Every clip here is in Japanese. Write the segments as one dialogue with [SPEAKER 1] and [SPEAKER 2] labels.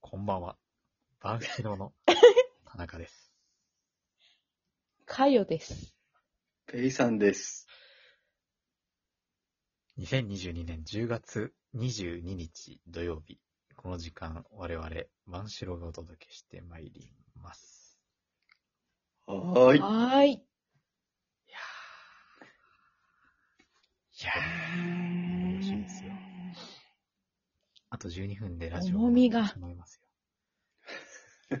[SPEAKER 1] こんばんは。バーゲロ の田中です。
[SPEAKER 2] かよです。
[SPEAKER 3] ペイさんです。
[SPEAKER 1] 2022年10月22日土曜日、この時間、我々、万代がお届けしてまいります。
[SPEAKER 3] はーい。
[SPEAKER 2] はーい。
[SPEAKER 1] いやー、嬉しいですよ。あと12分でラジオ
[SPEAKER 2] 重みが
[SPEAKER 1] 始まりますよ。あ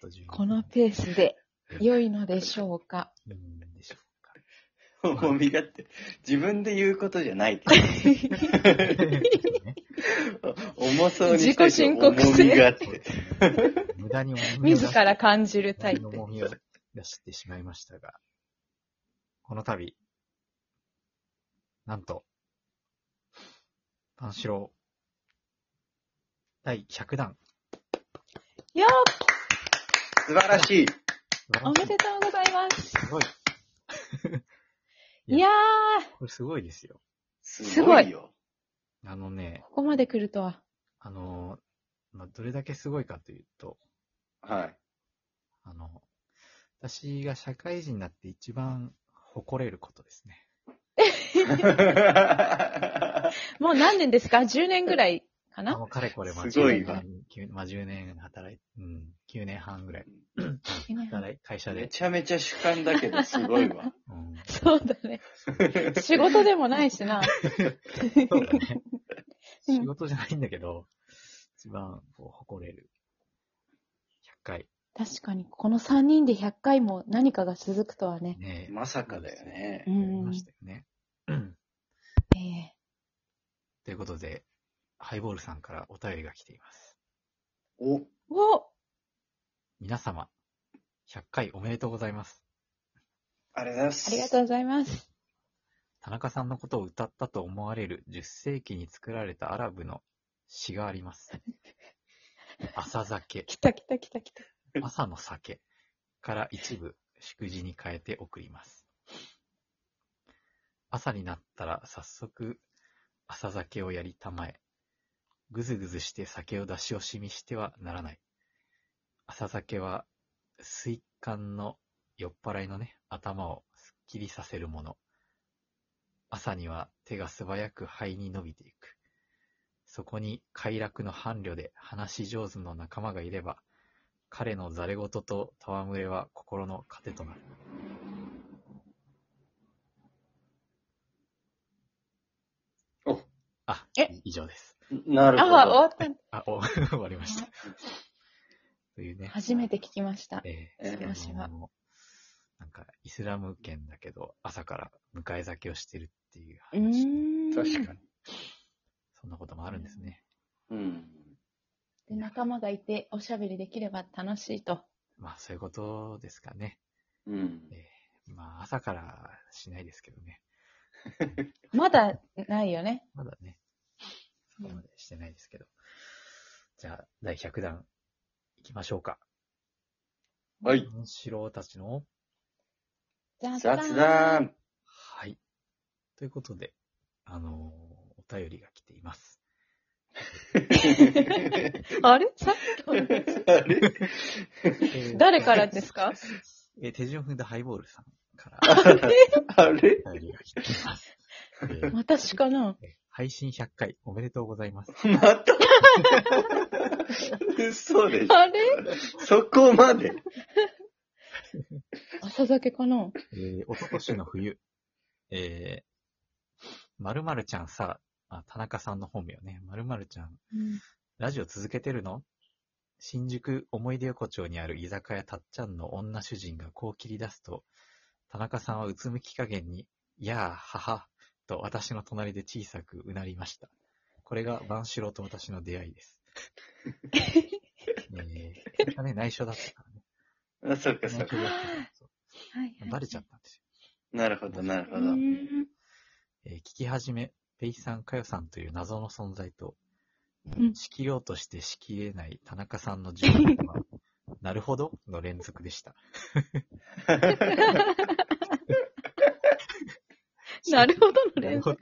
[SPEAKER 1] と12分
[SPEAKER 2] このペースで良いのでしょ うか。
[SPEAKER 1] いいんでしょう か。
[SPEAKER 3] もみがって、自分で言うことじゃないけど。重そうにした
[SPEAKER 2] 自己
[SPEAKER 3] い
[SPEAKER 2] 申告制
[SPEAKER 3] 重みがって。
[SPEAKER 1] 無駄に重みを出し
[SPEAKER 2] 自ら感じる タイプ。
[SPEAKER 1] 重みを出してしまいましたが、この度、なんと、パンシロー、第100弾、
[SPEAKER 2] いや
[SPEAKER 3] 素晴らしい。
[SPEAKER 1] 素
[SPEAKER 2] ー、お
[SPEAKER 1] 晴
[SPEAKER 2] め
[SPEAKER 1] らし
[SPEAKER 2] でとうございます。
[SPEAKER 1] い。すごい。
[SPEAKER 2] いやー、
[SPEAKER 1] これすごいですよ。
[SPEAKER 3] すごいよ。
[SPEAKER 1] あのね、
[SPEAKER 2] ここまで来るとは。
[SPEAKER 1] あの、まあ、どれだけすごいかというと、
[SPEAKER 3] はい。
[SPEAKER 1] あの、私が社会人になって一番誇れることですね。
[SPEAKER 2] もう何年ですか ?10 年ぐらいか
[SPEAKER 1] あ
[SPEAKER 2] な
[SPEAKER 1] の、かれこれ、まあ、
[SPEAKER 3] すごい
[SPEAKER 1] 10年まあ、10年働い、うん、9年半ぐらい。働い会社
[SPEAKER 3] め
[SPEAKER 1] で。
[SPEAKER 3] ちゃめちゃ主観だけど、すごいわ。
[SPEAKER 1] うん。
[SPEAKER 2] そうだね。仕事でもな いしな。
[SPEAKER 1] そうだね。
[SPEAKER 2] うん
[SPEAKER 1] 仕事じゃないんだけど、一番こう誇れる。100回。
[SPEAKER 2] 確かに、この3人で100回も何かが続くとはね。
[SPEAKER 1] ね
[SPEAKER 3] まさかだよね
[SPEAKER 2] う。
[SPEAKER 1] やり
[SPEAKER 2] ん
[SPEAKER 1] ま。したよね。うん
[SPEAKER 2] ええ
[SPEAKER 1] ということで、ハイボールさんからお便りが来ています。
[SPEAKER 3] お、
[SPEAKER 2] お
[SPEAKER 1] 皆様、100回おめでとうございます。
[SPEAKER 3] あれだす。
[SPEAKER 2] ありがとうございます。
[SPEAKER 1] 田中さんのことを歌ったと思われる10世紀に作られたアラブの詩があります。 朝酒、
[SPEAKER 2] 来た来た来た来た。
[SPEAKER 1] 朝の酒から一部祝辞に変えて送ります。朝になったら早速朝酒をやりたまえ。ぐずぐずして酒を出し惜しみしてはならない。朝酒は水管の酔っ払いのね、頭をすっきりさせるもの。朝には手が素早く肺に伸びていく。そこに快楽の伴侶で話し上手の仲間がいれば、彼のざれ言と戯れは心の糧となる。
[SPEAKER 3] お
[SPEAKER 1] あ、
[SPEAKER 2] え
[SPEAKER 1] 以上です。
[SPEAKER 3] な
[SPEAKER 2] あ
[SPEAKER 3] る
[SPEAKER 2] ー、
[SPEAKER 3] ほ
[SPEAKER 2] 終わ
[SPEAKER 3] ど。
[SPEAKER 2] った。
[SPEAKER 1] あ、お、 終わりました。というね。
[SPEAKER 2] 初めて聞きました。
[SPEAKER 1] え
[SPEAKER 3] え
[SPEAKER 1] ー
[SPEAKER 3] ー
[SPEAKER 2] 広島
[SPEAKER 1] あのなんか、イスラム圏だけど、朝から迎え酒をしてるっていう
[SPEAKER 2] う
[SPEAKER 1] 話、
[SPEAKER 2] ーん。
[SPEAKER 3] 確かに。
[SPEAKER 1] そんなこともあるんですね。
[SPEAKER 3] うん。
[SPEAKER 2] で、仲間がいて、おしゃべりできれば楽しいと。
[SPEAKER 1] まあ、そういうことですかね。
[SPEAKER 3] うん。
[SPEAKER 1] まあ、朝からしないですけどね。
[SPEAKER 2] まだないよね。
[SPEAKER 1] まだね、そこまでしてないですけど。じゃあ、第100弾、行きましょうか。
[SPEAKER 3] はい。
[SPEAKER 1] 四四郎たちの、
[SPEAKER 2] 雑
[SPEAKER 3] 雑。談。
[SPEAKER 1] はい。ということで、あのーお便りが来ています。
[SPEAKER 2] あれさっきと同じ
[SPEAKER 3] あれ
[SPEAKER 2] 誰からです か
[SPEAKER 1] えー手順踏んだハイボールさんから
[SPEAKER 3] あれ
[SPEAKER 1] お便りが来ています。えー
[SPEAKER 2] 私か な
[SPEAKER 1] 配信100回おめでとうございます。
[SPEAKER 3] また嘘でしょ。
[SPEAKER 2] あれ
[SPEAKER 3] そこまで。
[SPEAKER 2] 朝酒かな
[SPEAKER 1] えー、おととしの冬、えー、まるちゃんさ、あ、田中さんの本名ね、まるちゃん、
[SPEAKER 2] うん
[SPEAKER 1] ラジオ続けてるの新宿思い出横丁にある居酒屋たっちゃんの女主人がこう切り出すと、田中さんはうつむき加減に、いやあ、はは、と私の隣で小さくうなりました。これが万四郎と私の出会いです。ねえ、これがね、内緒だったからね。
[SPEAKER 3] あ、そっかそ
[SPEAKER 1] 内
[SPEAKER 3] っか
[SPEAKER 1] 緒。だったからそ
[SPEAKER 2] はいは
[SPEAKER 1] う
[SPEAKER 2] い
[SPEAKER 1] バレちゃったんですよ。
[SPEAKER 3] なるほど、なるほ
[SPEAKER 2] う
[SPEAKER 3] ど。
[SPEAKER 2] ーん
[SPEAKER 1] えー聞き始め、ペイさん、カヨさんという謎の存在と、
[SPEAKER 2] うん
[SPEAKER 1] 仕切ろうとして仕切れない田中さんの順番は、 なるほどの連続でした。
[SPEAKER 2] なるほどの
[SPEAKER 1] なる
[SPEAKER 2] 連
[SPEAKER 1] ほど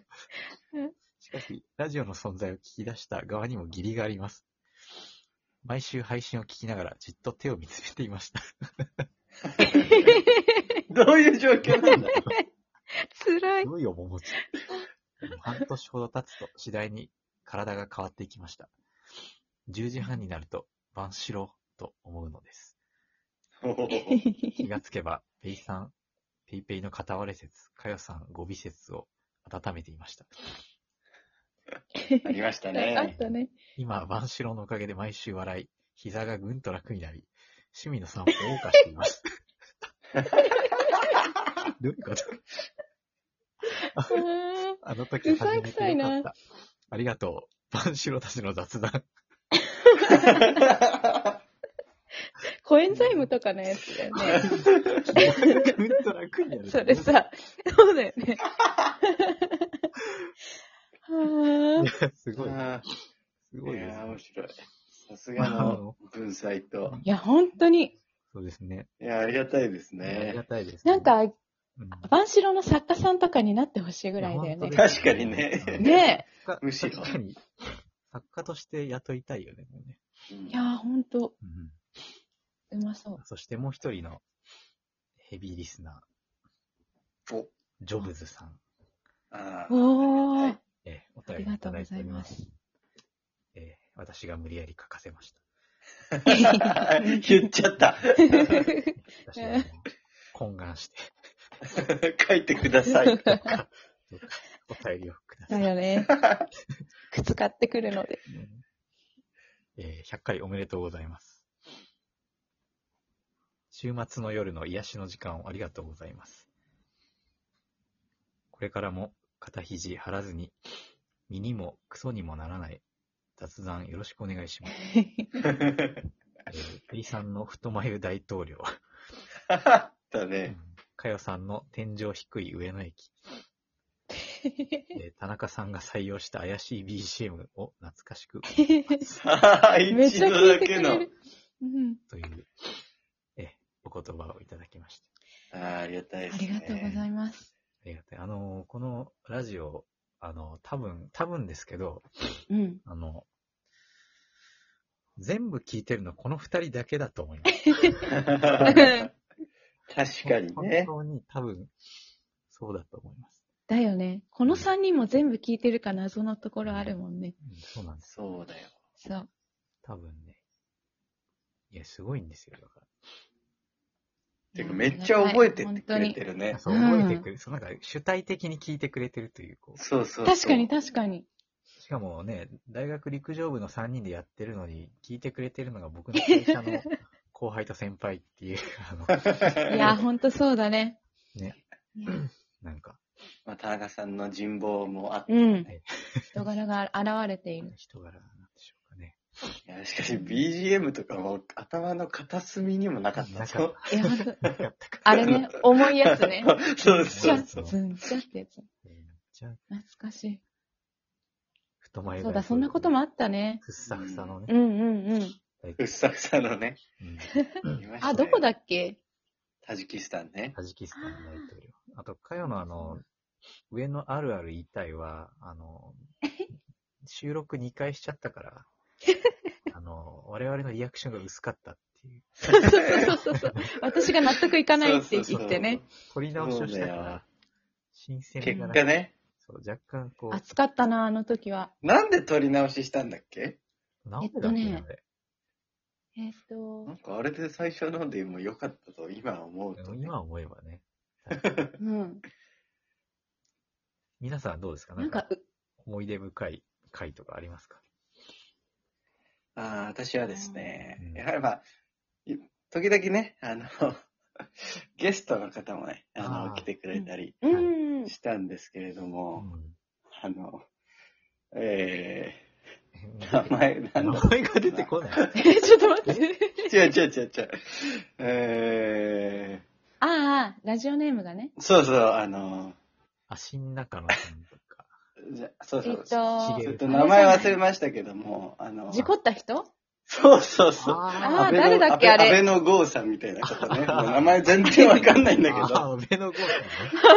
[SPEAKER 2] 続。。
[SPEAKER 1] しかし、ラジオの存在を聞き出した側にも義理があります。毎週配信を聞きながらじっと手を見つめていま した。
[SPEAKER 3] どういう状況なんだ
[SPEAKER 4] 辛い。
[SPEAKER 1] 良い面持ち。半年ほど経つと次第に体が変わっていきました。10時半になると晩しろと思うのです。
[SPEAKER 3] お ー
[SPEAKER 1] 気がつけば、ペイさん、ペイペイの片割れ説、かよさん語尾説を温めていました。
[SPEAKER 3] ありました
[SPEAKER 2] あっ
[SPEAKER 3] ね。
[SPEAKER 2] たね。
[SPEAKER 1] 今、万四郎のおかげで毎週笑い、膝がぐんと楽になり、趣味の散歩を謳歌してい ます。どういうこと
[SPEAKER 2] うん
[SPEAKER 1] あの時初めてよかった。ありがとう。万四郎たちの雑 談。
[SPEAKER 2] コエンザイムとかのやつだよね。
[SPEAKER 1] 膝 がぐんと楽になる。
[SPEAKER 2] それ。さ、そうだよね。はあ
[SPEAKER 1] すごい。
[SPEAKER 3] あ
[SPEAKER 1] す
[SPEAKER 3] ー
[SPEAKER 1] ごい
[SPEAKER 3] い
[SPEAKER 1] です
[SPEAKER 3] やー、
[SPEAKER 1] ね
[SPEAKER 3] 面。白い。さすがの文才と。
[SPEAKER 2] いや、本当に、
[SPEAKER 1] そうですね。
[SPEAKER 3] いや、ありがたいです
[SPEAKER 1] ありが
[SPEAKER 3] ね。
[SPEAKER 1] たいです、
[SPEAKER 2] なん、か、
[SPEAKER 1] うん、
[SPEAKER 2] 万代の作家さんとかになってほしいぐらいだよね
[SPEAKER 1] い。や
[SPEAKER 3] 確かにね。
[SPEAKER 2] ね
[SPEAKER 1] 作家
[SPEAKER 3] むしろ
[SPEAKER 1] 確かに、作家として雇いたいよね。もうね
[SPEAKER 3] うん
[SPEAKER 2] え。いやー、ほんと、
[SPEAKER 1] うん
[SPEAKER 2] うまそう。
[SPEAKER 1] そしてもう一人のヘビーリスナー
[SPEAKER 3] お、
[SPEAKER 1] ジョブズさん、
[SPEAKER 3] あー
[SPEAKER 2] おー、
[SPEAKER 1] えーお
[SPEAKER 2] あ
[SPEAKER 1] 便
[SPEAKER 2] り
[SPEAKER 1] り
[SPEAKER 2] が
[SPEAKER 1] い
[SPEAKER 2] と
[SPEAKER 1] た
[SPEAKER 2] う
[SPEAKER 1] だ
[SPEAKER 2] ご
[SPEAKER 1] いて
[SPEAKER 2] ざ
[SPEAKER 1] お
[SPEAKER 2] い
[SPEAKER 1] りま。
[SPEAKER 2] ますす。
[SPEAKER 1] えー私が無理やり書かせました。
[SPEAKER 3] 言っちゃった。
[SPEAKER 1] 私があの懇願して、
[SPEAKER 3] 書いてください。
[SPEAKER 1] お便りをくださ
[SPEAKER 2] だ
[SPEAKER 1] い。
[SPEAKER 2] よね。靴買ってくる ので。
[SPEAKER 1] うんえー100回おめでとうございます。週末の夜の癒しの時間をありがとうございます。これからも肩肘張らずに、身にもクソにもならない雑談よろしくお願いします。えー、ペリさんの太眉大統領、
[SPEAKER 3] だね。
[SPEAKER 1] かよさんの天井低い上野駅、えー田中さんが採用した怪しい BGM を懐かしく
[SPEAKER 3] ああ、
[SPEAKER 2] めっ
[SPEAKER 3] 一
[SPEAKER 2] ちゃ
[SPEAKER 3] 度
[SPEAKER 2] 聞
[SPEAKER 3] だ
[SPEAKER 2] いて
[SPEAKER 3] け
[SPEAKER 2] く
[SPEAKER 3] の
[SPEAKER 2] れ。る。うん、
[SPEAKER 1] という、えーお言葉をいただきました。
[SPEAKER 3] ああ、ありがたいで
[SPEAKER 2] あ
[SPEAKER 3] すね。
[SPEAKER 2] りがとうございます。
[SPEAKER 1] ありがたい。あのー、このラジオ、あのー、多分、多分ですけど、
[SPEAKER 2] うん。
[SPEAKER 1] あの、全部聞いてるのこの二人だけだと思います。
[SPEAKER 3] 確かにね。
[SPEAKER 1] 本当に多分、そうだと思います。
[SPEAKER 2] だよね。この3人も全部聞いてるか謎のところあるもんね。
[SPEAKER 1] うん、そうなんです。
[SPEAKER 3] そうだよ。
[SPEAKER 2] そう。
[SPEAKER 1] 多分ね。いや、すごいんですよ。だか
[SPEAKER 3] てか、めっちゃ覚えてってくれて
[SPEAKER 2] る。
[SPEAKER 3] る
[SPEAKER 1] ら。
[SPEAKER 3] ね。
[SPEAKER 1] そう、覚えてくれ、そう、なんか主体的に聞いてくれてるという、こう。
[SPEAKER 3] そうそうそう。
[SPEAKER 2] 確かに確かに。
[SPEAKER 1] しかもね、大学陸上部の3人でやってるのに、聞いてくれてるのが僕の会社の後輩と先輩っていう、あの、
[SPEAKER 2] い や、ほんとそうだね。
[SPEAKER 1] ね。なんか、
[SPEAKER 3] まあ、田中さんの人望もあって。
[SPEAKER 2] うん。人柄が現れている。
[SPEAKER 1] 人柄なんでしょうかね。
[SPEAKER 3] いやしかし、BGM とかも頭の片隅にもなかった
[SPEAKER 1] なかっ
[SPEAKER 3] ぞ。
[SPEAKER 2] いや、ほんと、
[SPEAKER 1] なかったか。
[SPEAKER 2] あれね、重いやつね。
[SPEAKER 3] そう
[SPEAKER 2] シ
[SPEAKER 3] そ
[SPEAKER 2] ャ
[SPEAKER 3] う。
[SPEAKER 2] ッズン、シャッってやつ。
[SPEAKER 1] えーじゃあ、
[SPEAKER 2] 懐かしい。
[SPEAKER 1] 太前
[SPEAKER 2] そうだ、そんなこともあったね。
[SPEAKER 1] ふっさふさの
[SPEAKER 2] う
[SPEAKER 1] ね。
[SPEAKER 2] んうんうん。
[SPEAKER 1] 大
[SPEAKER 3] うっ
[SPEAKER 1] 体
[SPEAKER 3] さふさのね。
[SPEAKER 1] うん
[SPEAKER 3] いました
[SPEAKER 2] あ、
[SPEAKER 3] よ
[SPEAKER 2] どこだっけ
[SPEAKER 3] タジキスタンね。
[SPEAKER 1] タジキスタン大統領。あと、かよのあの、上のあるある言いたいは、あの、収録2回しちゃった から、あの、我々のリアクションが薄かったっていう。
[SPEAKER 2] そうそうそうそう。私が納得いかないって言ってね。
[SPEAKER 1] 取り直しをしたか
[SPEAKER 3] そうだよ
[SPEAKER 1] ら、新鮮
[SPEAKER 3] 結
[SPEAKER 1] な
[SPEAKER 3] 果ね。
[SPEAKER 1] そう、若干こう、
[SPEAKER 2] 暑かったな、あの時は。
[SPEAKER 3] なんで撮り直ししたんだっけ
[SPEAKER 1] なんでだっけなあれ
[SPEAKER 2] えっ
[SPEAKER 3] な
[SPEAKER 2] と
[SPEAKER 3] ん、かあれで最初のでも良かったと今思う
[SPEAKER 1] で
[SPEAKER 3] と、
[SPEAKER 1] も
[SPEAKER 3] ね。
[SPEAKER 1] 今思えばね。
[SPEAKER 2] うん。
[SPEAKER 1] 皆さんどうですかな
[SPEAKER 2] なん
[SPEAKER 1] ん
[SPEAKER 2] か
[SPEAKER 1] か、、思い出深い回とかありますか
[SPEAKER 3] ああ、私はですね
[SPEAKER 1] うん、
[SPEAKER 3] やはりまあ、い時々ね、あの、 ゲストの方もね、あ
[SPEAKER 1] あ
[SPEAKER 3] の、
[SPEAKER 1] ー
[SPEAKER 3] 来てくれたり
[SPEAKER 2] うん。
[SPEAKER 3] したんですけれど
[SPEAKER 1] う
[SPEAKER 3] も、
[SPEAKER 1] ん
[SPEAKER 3] あの、え
[SPEAKER 1] え
[SPEAKER 3] ー、名前なん
[SPEAKER 1] 名
[SPEAKER 3] だ
[SPEAKER 1] 前が出てこない。
[SPEAKER 2] え、 ちょっと待って。
[SPEAKER 3] 違う違う違う違う。え
[SPEAKER 2] ああ、ラジオネームがね。
[SPEAKER 3] ー、そうそう、あの、
[SPEAKER 1] 足の中のさんとか。
[SPEAKER 3] じゃそう
[SPEAKER 2] え
[SPEAKER 3] そ
[SPEAKER 2] っ
[SPEAKER 3] う。ち
[SPEAKER 2] と
[SPEAKER 1] し、げ
[SPEAKER 3] ょっと名前忘れましたけども、あの、
[SPEAKER 2] 事故った人
[SPEAKER 3] そうそうそ う。
[SPEAKER 2] あー
[SPEAKER 3] 安倍の
[SPEAKER 2] 誰だっけ
[SPEAKER 3] 安倍
[SPEAKER 2] あれ
[SPEAKER 3] 安倍の剛さんみたいな方 ね。もう名前全然わかんないんだけ
[SPEAKER 1] あ
[SPEAKER 3] ど。
[SPEAKER 1] あ、上の号さんね。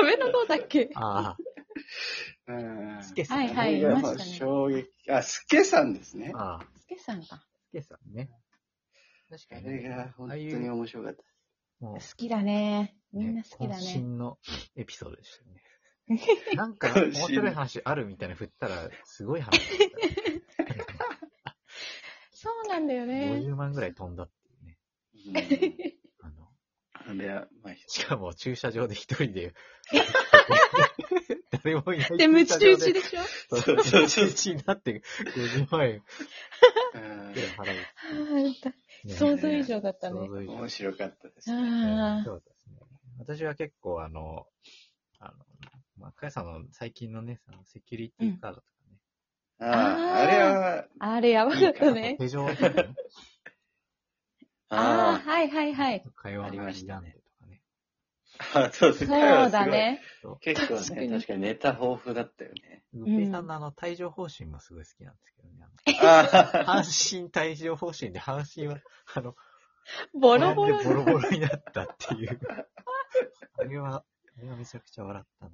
[SPEAKER 2] 上の方だっけ
[SPEAKER 1] あ
[SPEAKER 3] うん
[SPEAKER 1] あ、スケさんね。
[SPEAKER 2] はいはいいましたね
[SPEAKER 3] 衝撃。あ、スケさんですね。
[SPEAKER 1] ああ、
[SPEAKER 2] スケさんか。
[SPEAKER 1] スケさんね。確
[SPEAKER 3] あ
[SPEAKER 1] かに
[SPEAKER 3] れが
[SPEAKER 1] ね、
[SPEAKER 3] 本当に面白かった。
[SPEAKER 1] も
[SPEAKER 2] 好
[SPEAKER 1] う
[SPEAKER 2] きだね。み
[SPEAKER 1] ね
[SPEAKER 2] んな好きだ
[SPEAKER 1] 渾
[SPEAKER 2] ね。
[SPEAKER 1] 身のエピソードで したね。なんか
[SPEAKER 3] 渾
[SPEAKER 1] 面
[SPEAKER 3] 身
[SPEAKER 1] 白い話あるみたいな振ったら、すごい話だっ
[SPEAKER 2] そうなんだよ
[SPEAKER 1] た、
[SPEAKER 2] ね。
[SPEAKER 1] 50万ぐらい飛んだっていうね。あの
[SPEAKER 3] うん、で、まあ、
[SPEAKER 1] しかも駐車場で一人 で、誰もいない。
[SPEAKER 2] で、夢中中でしょ
[SPEAKER 1] そうそうそうそう 中になって50万円
[SPEAKER 3] うん
[SPEAKER 1] くらい払う。
[SPEAKER 2] あーだ
[SPEAKER 1] ね
[SPEAKER 2] 想像以上だったね。
[SPEAKER 1] 想像以上
[SPEAKER 3] 面白かったです。
[SPEAKER 1] うん
[SPEAKER 2] あ
[SPEAKER 1] そうですね。私は結構あの、あの、まあ、かやさんの最近のね、そのセキュリティカードとかね、
[SPEAKER 3] ああ、あれは、
[SPEAKER 2] あ、あれやばかったね。
[SPEAKER 1] 手錠とかね、
[SPEAKER 2] ああ、
[SPEAKER 3] あ
[SPEAKER 2] はいはいはい。
[SPEAKER 1] 会話
[SPEAKER 3] あり
[SPEAKER 1] が
[SPEAKER 3] ま
[SPEAKER 1] し
[SPEAKER 3] したた
[SPEAKER 1] んで
[SPEAKER 3] ね
[SPEAKER 1] とかね。
[SPEAKER 3] あ、そうで
[SPEAKER 2] そ
[SPEAKER 3] す
[SPEAKER 2] う
[SPEAKER 3] 彼はすごい
[SPEAKER 2] だ。ね。
[SPEAKER 3] 結構
[SPEAKER 2] 確か
[SPEAKER 3] ね、
[SPEAKER 2] に
[SPEAKER 3] 確かにネタ豊富だったよね。
[SPEAKER 1] ウ
[SPEAKER 2] ん
[SPEAKER 1] ペイさんのあの、帯状方針もすごい好きなんですけどね。あの
[SPEAKER 3] あ
[SPEAKER 1] 半
[SPEAKER 3] あ、
[SPEAKER 1] 身帯状方針で、半身は、あの、
[SPEAKER 2] ボロボロ
[SPEAKER 1] 転んでボロボロになったっていう。 あれは、あれはめちゃくちゃ笑ったな。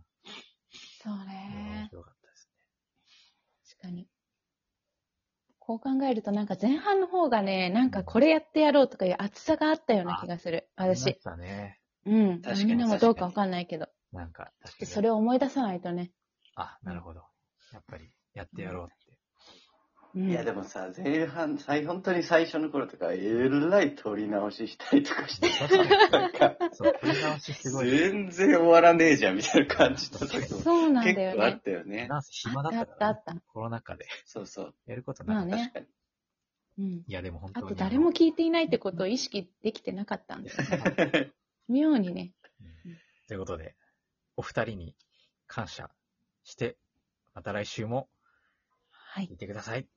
[SPEAKER 2] そう
[SPEAKER 1] 面
[SPEAKER 2] ね。
[SPEAKER 1] 白かったです
[SPEAKER 2] 確かに。こう考えるとなんか前半の方がね、なんかこれやってやろうとかいう熱さがあったような気がする。
[SPEAKER 1] ね。あり
[SPEAKER 2] 私。
[SPEAKER 1] ましたね。
[SPEAKER 2] うん。
[SPEAKER 3] 確かに
[SPEAKER 2] みんなもどうかわかんないけど。
[SPEAKER 1] なんか、確か
[SPEAKER 2] で
[SPEAKER 1] に
[SPEAKER 2] それを思い出さないとね。
[SPEAKER 1] あ、なるほど。やっぱり、やってやろうって。
[SPEAKER 2] うん、
[SPEAKER 3] いやでもさ、前半、最、本当に最初の頃とか、えらい撮り直ししたりとかして、なんか、
[SPEAKER 1] そう、取り直しすごい。
[SPEAKER 3] 全然終わらねえじゃん、みたいな感じの時も結
[SPEAKER 2] そうなんだよ
[SPEAKER 3] 構あっ
[SPEAKER 2] ね。
[SPEAKER 3] たよね。
[SPEAKER 1] なんせ暇だ
[SPEAKER 2] あ
[SPEAKER 1] っ
[SPEAKER 2] ったた
[SPEAKER 1] か
[SPEAKER 2] あ
[SPEAKER 1] ら、
[SPEAKER 2] っ
[SPEAKER 1] ね、
[SPEAKER 2] た。
[SPEAKER 1] コロナ禍で
[SPEAKER 3] そうそう。
[SPEAKER 1] やることなか
[SPEAKER 2] まあ
[SPEAKER 1] った。
[SPEAKER 2] ね
[SPEAKER 3] 確。かに。
[SPEAKER 2] うん。
[SPEAKER 1] いや、でも本当
[SPEAKER 2] あ
[SPEAKER 1] に。
[SPEAKER 2] と誰も聞いていないってことを意識できてなかったんだよね。妙にね。
[SPEAKER 1] ということで、お二人に感謝して、また来週も
[SPEAKER 2] はい
[SPEAKER 1] 聞。いてください。